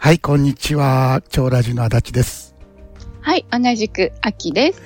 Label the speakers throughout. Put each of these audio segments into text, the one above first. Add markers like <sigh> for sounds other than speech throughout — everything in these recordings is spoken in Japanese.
Speaker 1: はい、こんにちは。超ラジの足立です。
Speaker 2: はい、同じく秋です。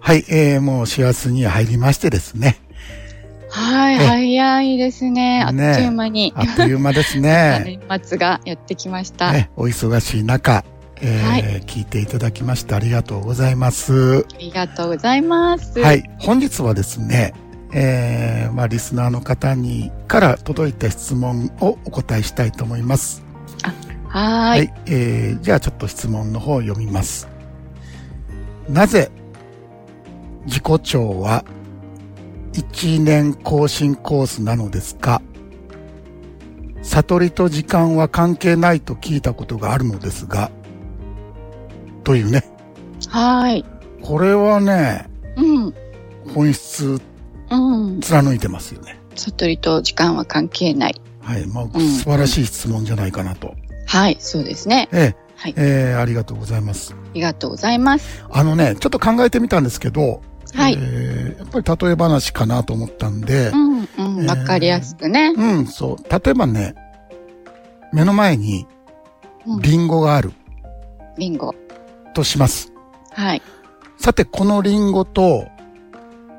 Speaker 1: はい、えー、もう師走に入りましてですね。
Speaker 2: はい、
Speaker 1: え
Speaker 2: 早いですね。あっと
Speaker 1: ね
Speaker 2: いう間に、
Speaker 1: あっという間です
Speaker 2: <laughs>
Speaker 1: ね。
Speaker 2: 年末がやってきました。あ
Speaker 1: ねお忙しい中、えー
Speaker 2: はい
Speaker 1: 聞いていただきましてありがとうございます。
Speaker 2: りがとうございます。
Speaker 1: は。い、本日はですね、えー、まあ、リスナーの方に、から届いた質問をお答えしたいと思います。
Speaker 2: は
Speaker 1: は
Speaker 2: ー
Speaker 1: い、
Speaker 2: い
Speaker 1: えーじゃあちょっと質問の方を読みます。なぜ、自己調は1年更新コースなのですか悟りと時間は関係ないと聞いたことがあるのですが、というね。
Speaker 2: はーい。
Speaker 1: これはね、
Speaker 2: うん。
Speaker 1: 本質
Speaker 2: うん。
Speaker 1: 貫いてますよね。
Speaker 2: 悟りと時間は関係ない。
Speaker 1: はい、まあ、
Speaker 2: ん
Speaker 1: 素晴らしい質問じゃないかなと。
Speaker 2: はい、そうですね。
Speaker 1: え
Speaker 2: はい
Speaker 1: え、えーありがとうございます。
Speaker 2: ありがとうございます。
Speaker 1: あのね、ちょっと考えてみたんですけど、
Speaker 2: はい
Speaker 1: えーやっぱり例え話かなと思ったんで
Speaker 2: う、ん、うん、わかりやすくね。
Speaker 1: うん、そう。例えばね、目の前に
Speaker 2: うん、
Speaker 1: リンゴがある
Speaker 2: リンゴ。
Speaker 1: とします。
Speaker 2: はい。
Speaker 1: さて、このリンゴと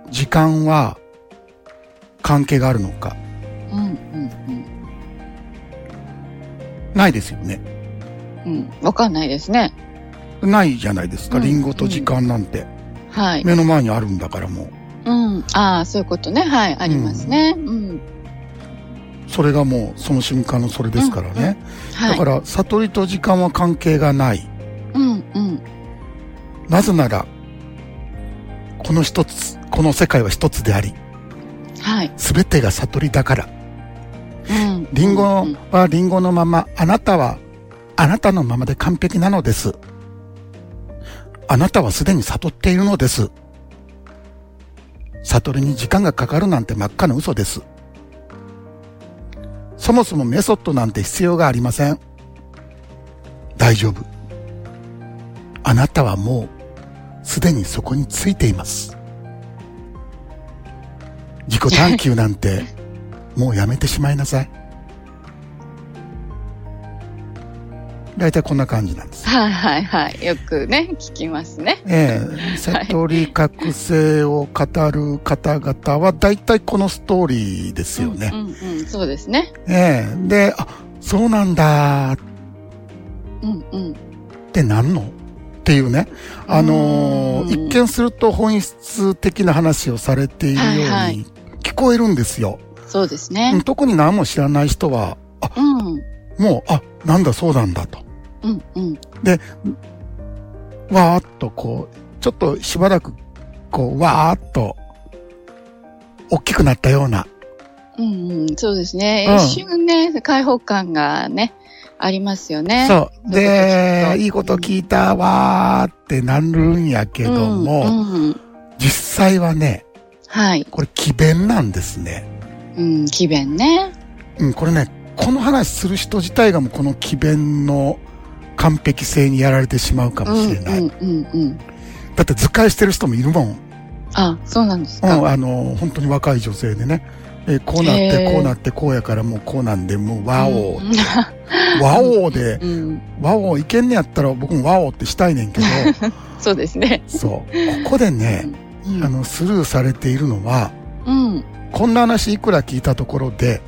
Speaker 1: 時間は関係があるのか
Speaker 2: うん、うん、
Speaker 1: ないですよね。
Speaker 2: うん。うん。わかんないですね。
Speaker 1: ないじゃないですか、
Speaker 2: うん
Speaker 1: リンゴと時間なんて。
Speaker 2: はい。
Speaker 1: 目の前にあるんだからもう。
Speaker 2: うん。ああ、そういうことね。はい、ありますね。うん。
Speaker 1: それがもうその瞬間のそれですからね。
Speaker 2: は
Speaker 1: だ
Speaker 2: い
Speaker 1: か。ら、悟りと時間は関係がない。
Speaker 2: うん、うん。
Speaker 1: なぜなら、この一つ、この世界は一つであり、
Speaker 2: はい。
Speaker 1: すべてが悟りだから。
Speaker 2: うん。
Speaker 1: リンゴ
Speaker 2: うん
Speaker 1: はリンゴのまま、あなたは、あなたのままで完璧なのです。あなたはすでに悟っているのです。悟りに時間がかかるなんて真っ赤な嘘です。そもそもメソッドなんて必要がありません。大丈夫。あなたはもう、すでにそこについています。自己探求なん
Speaker 2: <laughs>
Speaker 1: て、もうやめてしまいなさい。大体こんな感じなんです。
Speaker 2: はいはいはい。よくね、聞きますね。
Speaker 1: ええ、悟り覚醒を語る方々は大体このストーリーですよ
Speaker 2: う
Speaker 1: ね。
Speaker 2: んうん、そうですね。
Speaker 1: ええ、で、あ、そうなんだーっ
Speaker 2: うんうん。
Speaker 1: てなんのっていうね。あのー
Speaker 2: うーん
Speaker 1: 一見すると本質的な話をされているよう
Speaker 2: はいはい
Speaker 1: に聞こえるんですよ。
Speaker 2: そうです
Speaker 1: う
Speaker 2: ね
Speaker 1: ん。特に何も知らない人は、あ、
Speaker 2: うん。うん
Speaker 1: もう、あ、なんだそうなんだと。
Speaker 2: うん。
Speaker 1: わーっとこう、ちょっとしばらく、こう、わーっと、大きくなったような、
Speaker 2: うんうん。そうですね。
Speaker 1: うん
Speaker 2: 一瞬ね、開放感がね、ありますよね。う。
Speaker 1: そう。
Speaker 2: そう
Speaker 1: で
Speaker 2: そ、う
Speaker 1: いいこと聞いたわーってなるんやけ
Speaker 2: け
Speaker 1: ども、
Speaker 2: うんうん。
Speaker 1: 実際はね、
Speaker 2: はい。
Speaker 1: これ、奇弁なんですね。
Speaker 2: うん、気弁ね。
Speaker 1: うん、これね、この話する人自体がもうこの奇弁の完璧性にやられてしまうか
Speaker 2: う
Speaker 1: も
Speaker 2: ん
Speaker 1: しれない。
Speaker 2: うんうんうん。
Speaker 1: だって図解してる人もいるもん。
Speaker 2: あ、そうなんです
Speaker 1: う
Speaker 2: か。
Speaker 1: ん、あの、本当に若い女性でね、えーこうなっ
Speaker 2: へ
Speaker 1: て、
Speaker 2: ー
Speaker 1: こうなって、こうやからもうこうなんで、もうワオ
Speaker 2: う
Speaker 1: ー、
Speaker 2: ん
Speaker 1: ワオーで、
Speaker 2: うん。
Speaker 1: ワオいけんねやったら僕もワオってしたいねん
Speaker 2: <laughs>
Speaker 1: けど、
Speaker 2: そうですね。
Speaker 1: そう。ここでね、
Speaker 2: うん
Speaker 1: あの、スルーされているのは、
Speaker 2: うん。
Speaker 1: こんな話いくら聞いたところで、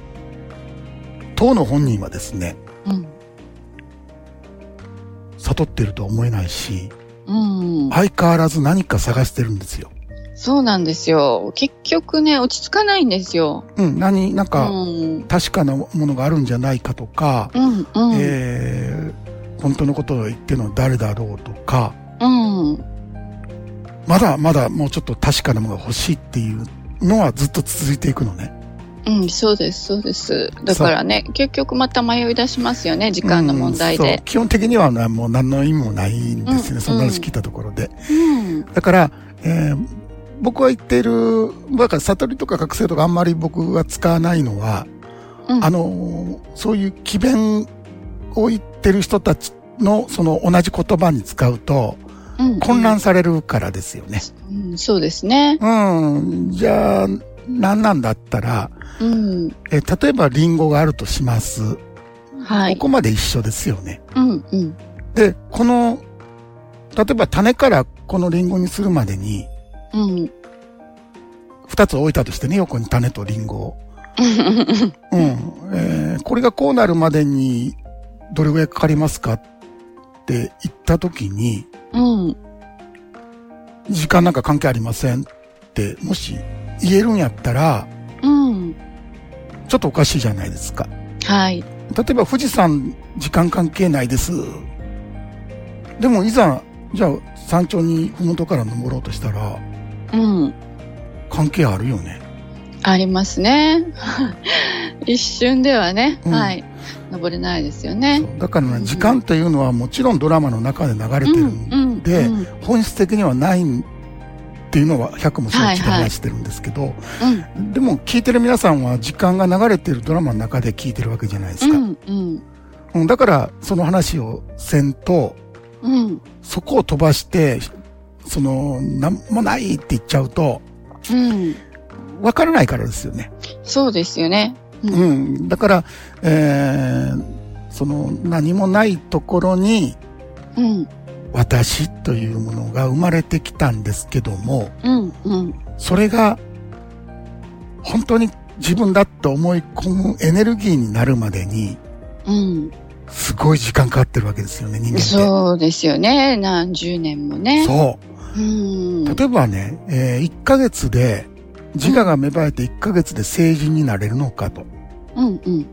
Speaker 1: 当の本人はですね、
Speaker 2: うん。
Speaker 1: 悟ってるとは思えないし、
Speaker 2: うん。
Speaker 1: 相変わらず何か探してるんですよ。
Speaker 2: そうなんですよ。結局ね、落ち着かないんですよ。
Speaker 1: うん、何、なんか、
Speaker 2: うん。
Speaker 1: 確かなものがあるんじゃないかとか、
Speaker 2: うん、うん。
Speaker 1: えー本当のことを言ってるのは誰だろうとか、
Speaker 2: うん。
Speaker 1: まだまだもうちょっと確かなものが欲しいっていうのはずっと続いていくのね。
Speaker 2: うん、そうです、そうです。だからね、結局また迷い出しますよね、時間の問題
Speaker 1: うん
Speaker 2: で
Speaker 1: そう。基本的にはなもう何の意味もないんですよね、
Speaker 2: うん
Speaker 1: そんな話聞いたところで。
Speaker 2: うん。
Speaker 1: だから、えー僕は言っている、だから悟りとか覚醒とかあんまり僕が使わないのは、
Speaker 2: うん
Speaker 1: あのーそういう奇弁を言ってる人たちのその同じ言葉に使うと
Speaker 2: うん
Speaker 1: 混乱されるからですよね。
Speaker 2: うん、そうですね。
Speaker 1: うん、じゃあ、何なんだったら、
Speaker 2: うん。
Speaker 1: えー例えばリンゴがあるとします。
Speaker 2: は
Speaker 1: こ
Speaker 2: い。
Speaker 1: こまで一緒ですよね。
Speaker 2: うんうん。
Speaker 1: で、この、例えば種からこのリンゴにするまでに、
Speaker 2: うん。
Speaker 1: 二つ置いたとしてね、横に種とリンゴを。うん。えーこれがこうなるまでに、どれぐらいかかりますかって言った時に、
Speaker 2: うん。
Speaker 1: 時間なんか関係ありませんって、もし言えるんやったら、
Speaker 2: うん。
Speaker 1: ちょっとおかしいじゃないですか。
Speaker 2: はい。
Speaker 1: 例えば富士山、時間関係ないです。でもいざ、じゃあ山頂に麓から登ろうとしたら、
Speaker 2: うん。
Speaker 1: 関係あるよね。
Speaker 2: ありますね。 <laughs> 一瞬ではね、
Speaker 1: うん
Speaker 2: はい。登れないですよね。
Speaker 1: だから
Speaker 2: う
Speaker 1: ね、
Speaker 2: ん
Speaker 1: 時間というのはもちろんドラマの中で流れてるんで、
Speaker 2: うん
Speaker 1: 本質的にはないっていうのは100も承知で話してるんですけど、
Speaker 2: うん
Speaker 1: でも聞いてる皆さんは時間が流れてるドラマの中で聞いてるわけじゃないです
Speaker 2: う
Speaker 1: か。
Speaker 2: んうん
Speaker 1: うん、だから、その話をせんと、
Speaker 2: うん
Speaker 1: そこを飛ばして、その、なんもないって言っちゃうと、
Speaker 2: うん
Speaker 1: わからないからですよね。
Speaker 2: そうですよね。うん
Speaker 1: うん。だから、えー、その、何もないところに、
Speaker 2: うん
Speaker 1: 私というものが生まれてきたんですけども、
Speaker 2: うんうん
Speaker 1: それが、本当に自分だと思い込むエネルギーになるまでに、
Speaker 2: う
Speaker 1: すごい時間かかってるわけですよね、人間
Speaker 2: ん
Speaker 1: って。
Speaker 2: そうですよね。何十年もね。
Speaker 1: そう。
Speaker 2: うん
Speaker 1: 例えばね、え1ヶ月で、自我が芽生えて1ヶ月で成人になれるのかと。
Speaker 2: うんうん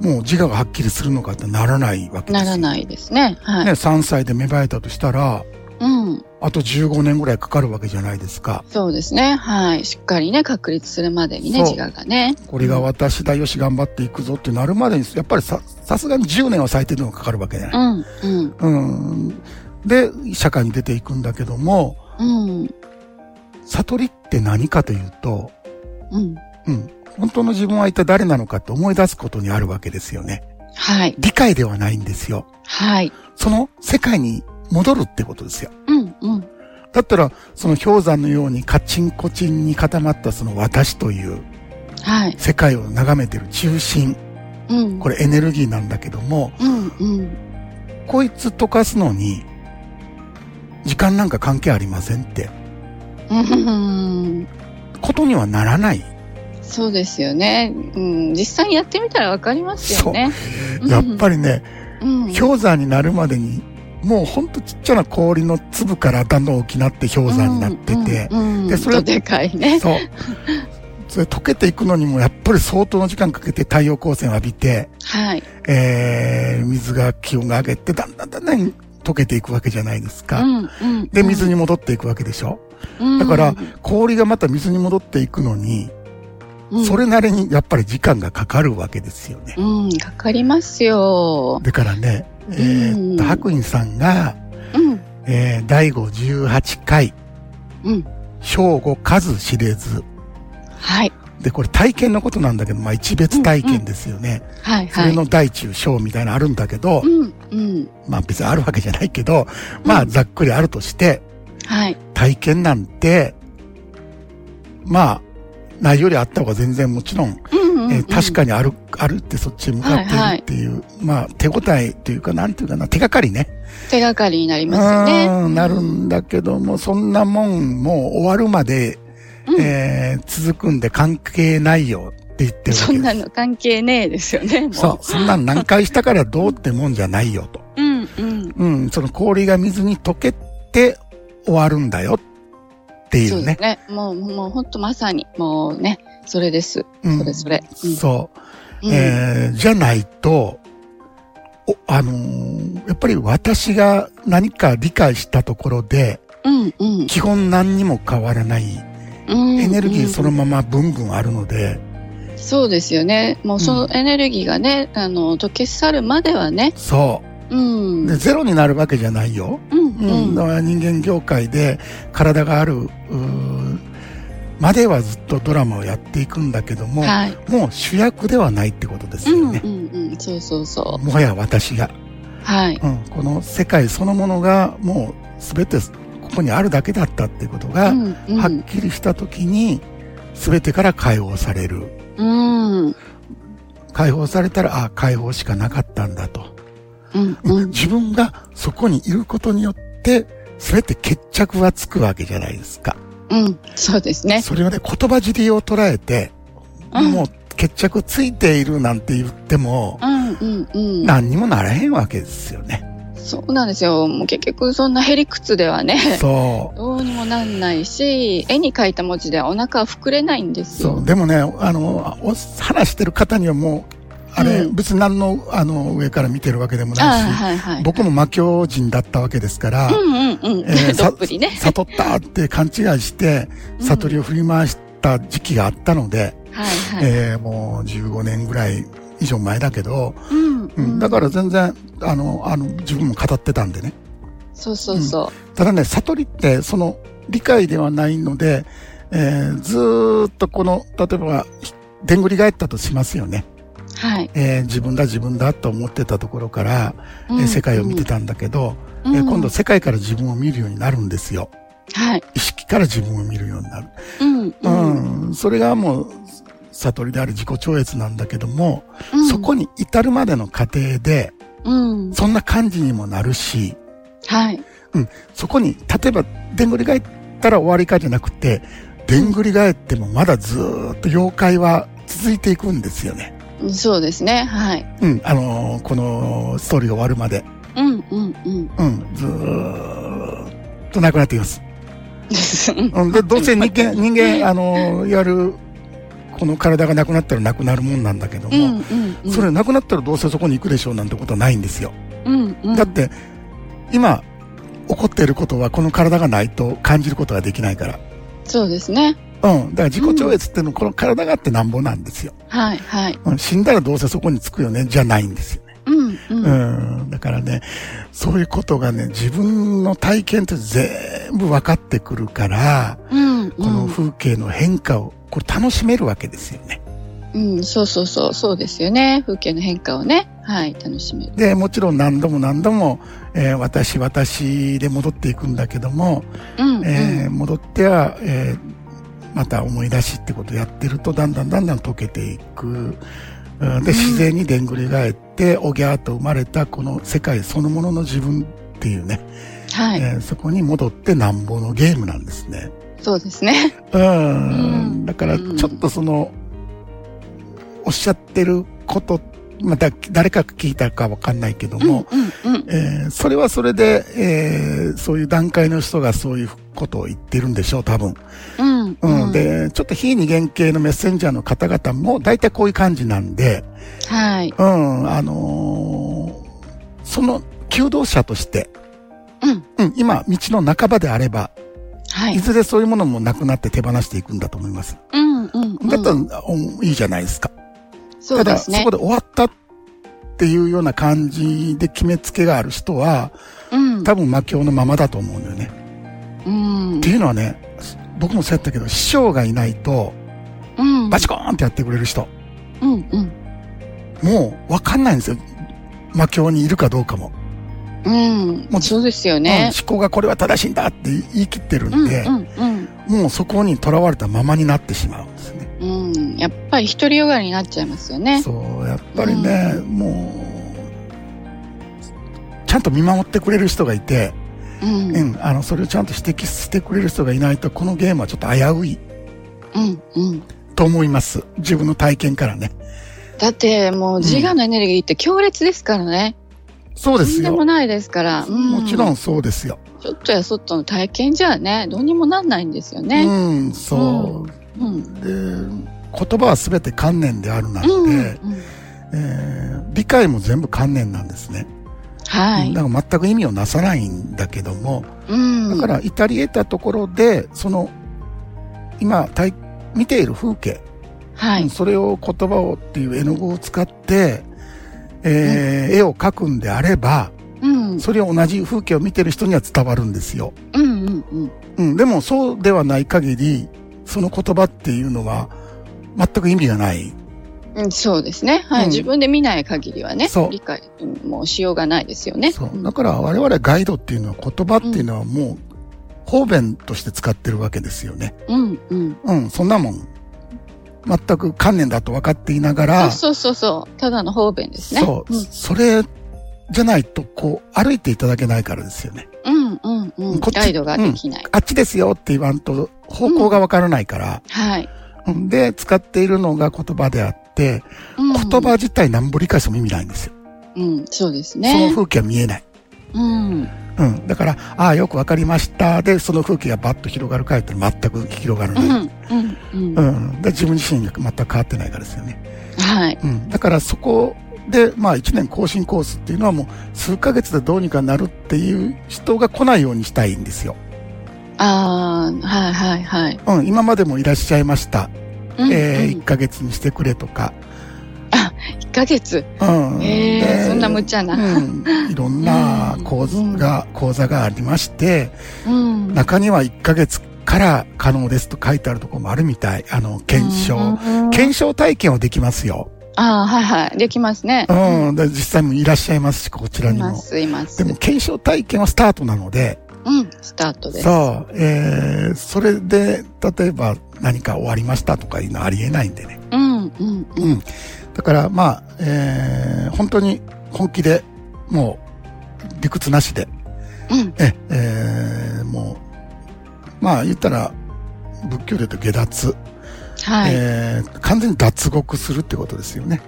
Speaker 1: もう自我がはっきりするのかってならないわけです
Speaker 2: な
Speaker 1: よ。
Speaker 2: らないですね。は
Speaker 1: ね、
Speaker 2: い。
Speaker 1: 3歳で芽生えたとしたら、
Speaker 2: うん
Speaker 1: あと15年ぐらいかかるわけじゃないですか。
Speaker 2: そうですね。はい。しっかりね、確立するまでにね、
Speaker 1: そう
Speaker 2: 自我がね。
Speaker 1: これが私だよし頑張っていくぞってなるまでに、やっぱりさ、さすがに10年は最低でもかかるわけじゃ
Speaker 2: う
Speaker 1: ない。
Speaker 2: んうん
Speaker 1: うん。で、社会に出ていくんだけども、
Speaker 2: うん
Speaker 1: 悟りって何かというと、
Speaker 2: うん
Speaker 1: うん。本当の自分は一体誰なのかって思い出すことにあるわけですよね。
Speaker 2: はい
Speaker 1: 理解ではないんですよ。
Speaker 2: はい。
Speaker 1: その世界に戻るってことですよ。
Speaker 2: うんうん
Speaker 1: だったら、その氷山のようにカチンコチンに固まったその私という
Speaker 2: はい。
Speaker 1: 世界を眺めてる中心、
Speaker 2: うん
Speaker 1: これエネルギーなんだけども、
Speaker 2: うんうん
Speaker 1: こいつ溶かすのに、時間なんか関係ありませんって、
Speaker 2: うん。
Speaker 1: ことにはならない。
Speaker 2: そうですよね。うん、実際にやってみたらわかりますよね。
Speaker 1: やっぱりね、
Speaker 2: り、うん、
Speaker 1: 氷山になるまでに、もうほんとちっちゃな氷の粒からだんだん大きなって氷山になってて、
Speaker 2: うんうんうん
Speaker 1: でそれを
Speaker 2: とでかいね。
Speaker 1: そう。それ溶けていくのにもやっぱり相当の時間かけて太陽光線を浴びて、
Speaker 2: はい。
Speaker 1: えー、水が気温が上げて、だんだんだんだん溶けていくわけじゃないですか。
Speaker 2: うんうん
Speaker 1: で、水に戻っていくわけでしょ。
Speaker 2: うん
Speaker 1: だから、氷がまた水に戻っていくのに、
Speaker 2: うん
Speaker 1: それなりにやっぱり時間がかかるわけですよね。
Speaker 2: うん、かかりますよ。
Speaker 1: だからね、えーっと、
Speaker 2: うん
Speaker 1: 白隠さんが、
Speaker 2: うん、
Speaker 1: えー、第58回、
Speaker 2: うん。
Speaker 1: 正午数知れず。
Speaker 2: はい、
Speaker 1: で、これ体験のことなんだけど、まあ一別体験ですよね。
Speaker 2: はい、
Speaker 1: そ
Speaker 2: は
Speaker 1: れ
Speaker 2: い。
Speaker 1: の大中小みたいなのあるんだけど、
Speaker 2: うん、うん。
Speaker 1: まあ別にあるわけじゃないけど、ま
Speaker 2: う
Speaker 1: あ
Speaker 2: ん
Speaker 1: ざっくりあるとして、
Speaker 2: はい。
Speaker 1: 体験なんて、まあ、ないよりあった方が全然もちろん、
Speaker 2: うんうん、
Speaker 1: え
Speaker 2: うん
Speaker 1: ー確かにある、あるってそっちに向かって
Speaker 2: はいはい
Speaker 1: るっていう、まあ手応えというか、なんていうかな、手がかりね。
Speaker 2: 手がかりになりますよね。
Speaker 1: うん、なるんだけども、そんなもんもう終わるまで、
Speaker 2: うん
Speaker 1: えー続くんで関係ないよって言ってるわ
Speaker 2: そ
Speaker 1: け
Speaker 2: んな
Speaker 1: です。
Speaker 2: の関係ねえですよね、もう。
Speaker 1: そう、そんなん何回したからどうってもんじゃないよと。
Speaker 2: う。うん、うん。
Speaker 1: うん、その氷が水に溶けて終わるんだよってい
Speaker 2: そう
Speaker 1: う
Speaker 2: で
Speaker 1: ね
Speaker 2: す。ね。もう、もう、ほんとまさに、もうね、それです。
Speaker 1: う
Speaker 2: それそれ。うん
Speaker 1: ん、そう、
Speaker 2: うん
Speaker 1: えーじゃないと、お、あのーやっぱり私が何か理解したところで、
Speaker 2: うん、うん。
Speaker 1: 基本何にも変わらない、エネルギーそのままブンブンあるので、
Speaker 2: そうですよね。もうそ
Speaker 1: うん
Speaker 2: のエネルギーがね、あの、溶け去るまではね。
Speaker 1: そうう。
Speaker 2: ん。
Speaker 1: で、ゼロになるわけじゃないよ。
Speaker 2: うん、
Speaker 1: う
Speaker 2: うん
Speaker 1: ん。だ。から人間業界で体がある、うーまではずっとドラマをやっていくんだけども、
Speaker 2: はい。
Speaker 1: もう主役ではないってことです
Speaker 2: うん、
Speaker 1: よ
Speaker 2: うん、
Speaker 1: ね。
Speaker 2: うん。そうそうそ
Speaker 1: もはや私が、
Speaker 2: う。はい。
Speaker 1: うん、この世界そのものがもう全てここにあるだけだったってこと
Speaker 2: う
Speaker 1: が、
Speaker 2: ん、う
Speaker 1: はっ
Speaker 2: ん。
Speaker 1: きりした時に全てから解放される。
Speaker 2: うん。
Speaker 1: 解放されたら、ああ、解放しかなかったんだと。
Speaker 2: うんうん
Speaker 1: 自分がそこにいることによって、それって決着はつくわけじゃないですか。
Speaker 2: うんそうですね
Speaker 1: それをね、言葉尻を捉えて、
Speaker 2: うん
Speaker 1: もう決着ついているなんて言っても、
Speaker 2: うんうんうん
Speaker 1: 何にもならへんわけですよね。
Speaker 2: そうなんですよもう結局そんなへりくつでは
Speaker 1: <laughs>
Speaker 2: ね
Speaker 1: そ
Speaker 2: どうにもなんないし絵に描いた文字ではお腹は膨れないんで
Speaker 1: う。
Speaker 2: すよ
Speaker 1: そう。でもね、あの、お話してる方にはもう、あれ、
Speaker 2: うん
Speaker 1: 別に何の、あの、上から見てるわけでもないし、
Speaker 2: ああはいはい
Speaker 1: 僕も魔境人だったわけですから、
Speaker 2: うんうんうん、
Speaker 1: えー
Speaker 2: <laughs> どっぷりね
Speaker 1: 悟ったって勘違いして、
Speaker 2: うん
Speaker 1: 悟りを振り回した時期があったので、
Speaker 2: はいはい、
Speaker 1: えーもう15年ぐらい以上前だけど、
Speaker 2: うん
Speaker 1: う
Speaker 2: うんん
Speaker 1: だから全然、あの、あの、自分も語ってたんでね。
Speaker 2: そうそうそ
Speaker 1: ただね、悟りって、その、理解ではないので、えーずーっとこの、例えば、ひでんぐり返ったとしますよね。
Speaker 2: う、はい、
Speaker 1: えー自分だ自分だと思ってたところから、えー世界を見て
Speaker 2: た、
Speaker 1: たんだけど、
Speaker 2: うん
Speaker 1: えー今度世界から自分を見るようになるんですよ。
Speaker 2: はい、
Speaker 1: 意識から自分を見るようになる。
Speaker 2: うん
Speaker 1: う
Speaker 2: うん
Speaker 1: ん、それがもう、悟りである自己超越なんだけども、
Speaker 2: うん、
Speaker 1: そこに至るまでの過程で、
Speaker 2: うん
Speaker 1: そんな感じにもなるし、
Speaker 2: はい
Speaker 1: そこに、例えば、でんぐり返ったら終わりかじゃなくて、でんぐり返ってもまだずーっと妖怪は続いていくんですよね。
Speaker 2: そうですねはい
Speaker 1: うん、あのーこのストーリーが終わるまで。
Speaker 2: うんうん <laughs> うん
Speaker 1: うん、ずーっとなくなっています。うん、で、どうせ人間、人間、あのーやる、この体がなくなったらなくなるもんなんだけど
Speaker 2: う
Speaker 1: も、
Speaker 2: んうんうん
Speaker 1: それなくなったらどうせそこに行くでしょうなんてことはないんですよ。
Speaker 2: うんうん
Speaker 1: だって、今、起こっていることはこの体がないと感じることができないから。
Speaker 2: そうですね
Speaker 1: うん。だから自己超越っていうのはこの体があってなんぼなんですよ。
Speaker 2: はいはい
Speaker 1: うん、死んだらどうせそこに着くよね、じゃないんですよね。
Speaker 2: うんう
Speaker 1: う
Speaker 2: ん、
Speaker 1: ん。だからね、そういうことがね、自分の体験って全部分かってくるから、
Speaker 2: うん
Speaker 1: この風景の変化を、これ楽しめるわけですよね。
Speaker 2: うん、うん、そうそうそうそうですよね風景の変化をねはい楽しめる
Speaker 1: で、もちろん何度も何度も、えー私、私で戻っていくんだけども、
Speaker 2: うんうん、
Speaker 1: えー戻っては、えーまた思い出しってことをやってるとだんだんだんだん溶けていく。うんで、自然にでんぐり返って、おぎゃーっと生まれたこの世界そのものの自分っていうね、
Speaker 2: はい、
Speaker 1: えーそこに戻ってなんぼのゲームなんですね。
Speaker 2: そうですね
Speaker 1: うん。
Speaker 2: うん
Speaker 1: だから、ちょっとその、おっしゃってること、また誰かが聞いたかわかんないけども、
Speaker 2: うんうん
Speaker 1: えーそれはそれで、えーそういう段階の人がそういうことを言ってるんでしょう、多分。
Speaker 2: うん
Speaker 1: うん、で、ちょっと非人間系のメッセンジャーの方々も大体こういう感じなんで、
Speaker 2: はい
Speaker 1: うん、あのーその、求道者として、
Speaker 2: うん
Speaker 1: うん、今、道の半ばであれば、
Speaker 2: はい
Speaker 1: いずれそういうものもなくなって手放していくんだと思います。
Speaker 2: うんうんうん、
Speaker 1: だったら、うんいいじゃないですか。
Speaker 2: そう
Speaker 1: た
Speaker 2: で
Speaker 1: だ、
Speaker 2: す
Speaker 1: そ
Speaker 2: ね
Speaker 1: こで終わったっていうような感じで決めつけがある人は、
Speaker 2: うん
Speaker 1: 多分魔境のままだと思うのよね。
Speaker 2: うん
Speaker 1: っていうのはね、僕もそうやったけど、師匠がいないと、
Speaker 2: うん
Speaker 1: バチコーンってやってくれる人。
Speaker 2: うんうん
Speaker 1: もう分かんないんですよ。魔境にいるかどうかも。
Speaker 2: うん
Speaker 1: もう
Speaker 2: そうですよ
Speaker 1: うん
Speaker 2: ね。
Speaker 1: 思考がこれは正しいんだって言い切ってる
Speaker 2: うんん
Speaker 1: で、
Speaker 2: うん
Speaker 1: もうそこに囚われたままになってしまうんですね。
Speaker 2: うん。うん、やっぱり独りよがりになっちゃいますよね。
Speaker 1: そう、やっぱりね、もう、ちゃんと見守ってくれる人がいて、
Speaker 2: う、
Speaker 1: うん
Speaker 2: うん、
Speaker 1: ん、あの、それをちゃんと指摘してくれる人がいないと、このゲームはちょっと危うい
Speaker 2: うん。
Speaker 1: と思います。自分の体験からね。
Speaker 2: だってもう自我のエネルギーって強烈ですからね。
Speaker 1: そうで
Speaker 2: とん
Speaker 1: す
Speaker 2: で
Speaker 1: よ。
Speaker 2: も
Speaker 1: も
Speaker 2: ないですから。うん、
Speaker 1: ちろ
Speaker 2: ん。
Speaker 1: んそうですよ。
Speaker 2: ちょっとやそっとの体験じゃね、どうにもなんないんですよね。
Speaker 1: うん、そう。
Speaker 2: うん。
Speaker 1: で言葉は全て観念であるな
Speaker 2: うん。
Speaker 1: の
Speaker 2: う
Speaker 1: で、
Speaker 2: ん、
Speaker 1: えー理解も全部観念なんですね、
Speaker 2: はい。
Speaker 1: だから全く意味をなさないんだけども
Speaker 2: うん。
Speaker 1: だから至り得たところでその今体見ている風景、
Speaker 2: は
Speaker 1: うん
Speaker 2: い。
Speaker 1: それを言葉をっていう絵の具を使って、えー絵を描くんであれば
Speaker 2: うん。
Speaker 1: それを同じ風景を見てる人には伝わるんですよ、
Speaker 2: うんうんうん。
Speaker 1: うん、でもそうではない限りその言葉っていうのは全く意味がない
Speaker 2: うん、そうですね。はい、
Speaker 1: うん
Speaker 2: 自分で見ない限りはね
Speaker 1: そう、
Speaker 2: 理解うんもうしようがないですよね。
Speaker 1: そう。
Speaker 2: ん
Speaker 1: だから我々ガイドっていうのは言葉っていうのはもう方便として使ってるわけですよね。
Speaker 2: うんうん。
Speaker 1: うん、そんなもん。全く観念だと分かっていながら、
Speaker 2: あそうそうそう。ただの方便ですね。
Speaker 1: そう、それじゃないと、こう、歩いていただけないからですよね。
Speaker 2: うん。うんうんうん。
Speaker 1: こっち
Speaker 2: ガイドができない。
Speaker 1: あっちですよって言わんと、方向が分からないから、
Speaker 2: はい。
Speaker 1: うん、で、使っているのが言葉であって、
Speaker 2: うん
Speaker 1: 言葉自体何ぼ理解しても意味ないんですよ。
Speaker 2: うん、そうです
Speaker 1: その
Speaker 2: ね。
Speaker 1: 風景は見えない。
Speaker 2: うん。
Speaker 1: うん。だから、ああ、よくわかりました。で、その風景がバッと広がるかやったら全く広がら
Speaker 2: う
Speaker 1: ない。
Speaker 2: ん。うん。うん
Speaker 1: う。ん。で、自分自身が全く変わってないからですよね。
Speaker 2: はい。
Speaker 1: うん。だからそこで、まあ一年更新コースっていうのはもう数ヶ月でどうにかなるっていう人が来ないようにしたいんですよ。
Speaker 2: ああ、はいはいはい。
Speaker 1: うん。今までもいらっしゃいました。
Speaker 2: うん
Speaker 1: え
Speaker 2: う
Speaker 1: ー、
Speaker 2: ん
Speaker 1: 1ヶ月にしてくれとか。
Speaker 2: 一ヶ月。
Speaker 1: うん。
Speaker 2: ええ
Speaker 1: で
Speaker 2: そんな無茶な。
Speaker 1: うん。いろんな
Speaker 2: うん
Speaker 1: 講座が、講座がありまして、
Speaker 2: うん。
Speaker 1: 中には1ヶ月から可能ですと書いてあるところもあるみたい。あの、検証。
Speaker 2: うん
Speaker 1: 検証体験はできますよ。
Speaker 2: ああ、はいはい。できますね。
Speaker 1: うん。で実際もいらっしゃいますし、こちら
Speaker 2: い
Speaker 1: に
Speaker 2: ま
Speaker 1: も。
Speaker 2: す、います
Speaker 1: で。も、検証体験はスタートなので、
Speaker 2: うん、スタートです。
Speaker 1: そう、えー、それで、例えば何か終わりましたとかいうのはありえないんでね。
Speaker 2: うん、うん、う
Speaker 1: うん。だから、まあ、えー、本当に本気で、もう、理屈なしで、
Speaker 2: ん。
Speaker 1: え、えー、もう、まあ言ったら、仏教で言うと下脱。
Speaker 2: はい。
Speaker 1: えー完全に脱獄するってことですよね。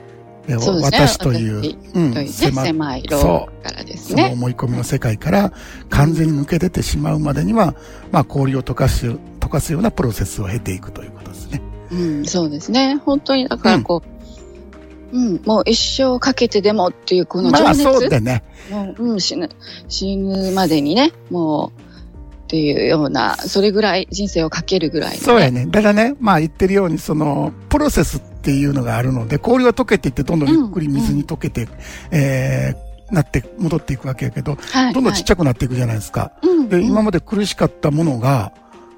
Speaker 1: えー
Speaker 2: そうですね
Speaker 1: 私という、う、
Speaker 2: というんね、
Speaker 1: 狭
Speaker 2: 狭い牢からです
Speaker 1: その
Speaker 2: ね。
Speaker 1: 思い込みの世界から完全に抜け出てしまうまでには、まあ氷を溶かし、溶かすようなプロセスを経ていくということですね。
Speaker 2: うん、そうですね。本当に、だからこう、うん、もう一生かけてでもっていうこの情
Speaker 1: まあ
Speaker 2: 熱、
Speaker 1: そうでね。
Speaker 2: もう、うん、死ぬ、死ぬまでにね、もう、っていうような、それぐらい人生をかけるぐらいの、
Speaker 1: そうやね。ただね、まあ言ってるように、その、プロセスっていうのがあるので、氷は溶けていって、どんどんゆっくり水に溶けて、えー、なって、戻っていくわけやけど、
Speaker 2: はい。
Speaker 1: どんどんちっちゃくなっていくじゃないですか。
Speaker 2: はいうん、
Speaker 1: で、今
Speaker 2: も、
Speaker 1: まで苦しかったものが、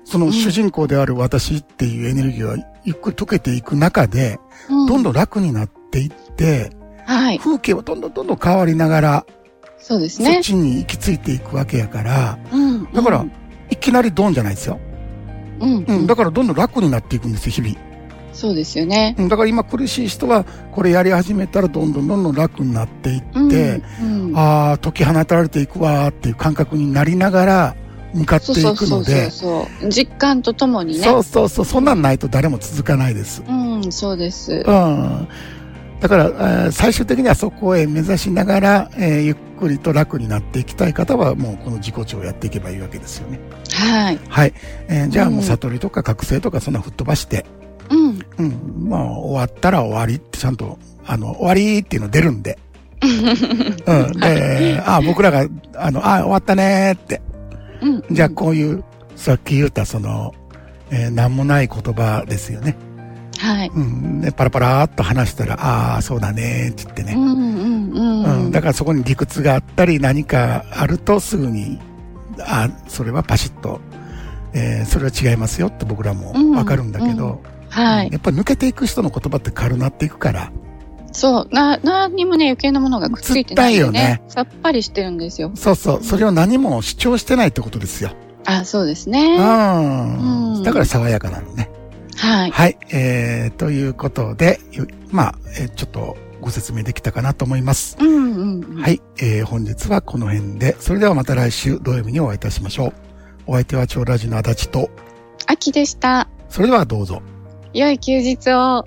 Speaker 1: その主人公である私っていうエネルギーがゆっくり溶けていく中で、どん
Speaker 2: どん、
Speaker 1: どん楽になっていって、
Speaker 2: はい。
Speaker 1: 風景はどんどんどんどん変わりながら、
Speaker 2: そうです
Speaker 1: そっ
Speaker 2: ね。
Speaker 1: ちに行き着いていくわけやから、
Speaker 2: うん。
Speaker 1: だから、いきなりドンじゃないですよ。
Speaker 2: うん、
Speaker 1: う、
Speaker 2: うんん
Speaker 1: だ、からどんどん楽になっていくんですよ、日々。
Speaker 2: そうですよね。
Speaker 1: うん、だから今苦しい人は、これやり始めたらどんどんどんどん楽になっていって、
Speaker 2: うん、うん
Speaker 1: ああ、解き放たれていくわーっていう感覚になりながら、向かって
Speaker 2: そ
Speaker 1: いうく
Speaker 2: そ
Speaker 1: ので、
Speaker 2: うそうそうそう。実感とともにね。
Speaker 1: そうそうそう、そんなんないと誰も続かないです。
Speaker 2: うん、そうです
Speaker 1: う。ん。だから、えー最終的にはそこへ目指しながら、えーゆっくりと楽になっていきたい方は、もうこの自己調をやっていけばいいわけですよね。
Speaker 2: はい。
Speaker 1: はい。えーじゃあもう
Speaker 2: うん
Speaker 1: 悟りとか覚醒とかそんな吹っ飛ばして、
Speaker 2: うん。
Speaker 1: うん、まあ終わったら終わりってちゃんと、あの、終わりっていうの出る <laughs> んで。うん。で、あ僕らが、あの、あ終わったねーって。
Speaker 2: うん。
Speaker 1: じゃあこういう、さっき言ったその、えーなんもない言葉ですよね。
Speaker 2: はい。
Speaker 1: うん、ね、パラパラーっと話したら、ああ、そうだねーって言って
Speaker 2: う
Speaker 1: ね。
Speaker 2: んうん
Speaker 1: う、
Speaker 2: うんん。
Speaker 1: だからそこに理屈があったり、何かあるとすぐに、あそれはパシッと、えーそれは違いますよって僕らもわかるんだけど、
Speaker 2: はい。
Speaker 1: やっぱ抜けていく人の言葉って軽なっていくから、
Speaker 2: そう。な、何にもね、余計なものがくっついてないんで
Speaker 1: つったんよね
Speaker 2: ね。さっぱりしてるんですよ。
Speaker 1: そうそう、それを何も主張してないってことですよ。
Speaker 2: あ、そうです
Speaker 1: う
Speaker 2: ね。は
Speaker 1: ん。
Speaker 2: うん
Speaker 1: だから爽やかなのね。
Speaker 2: い。
Speaker 1: はい、えー、ということで、ゆまあ、えーちょっとご説明できたかなと思います。
Speaker 2: うんうんうん。
Speaker 1: はい、えー、本日はこの辺で、それではまた来週土曜日にお会いいたしましょう。お相手は超ラジの足立と、
Speaker 2: 秋でした。
Speaker 1: それではどうぞ。
Speaker 2: 良い休日を。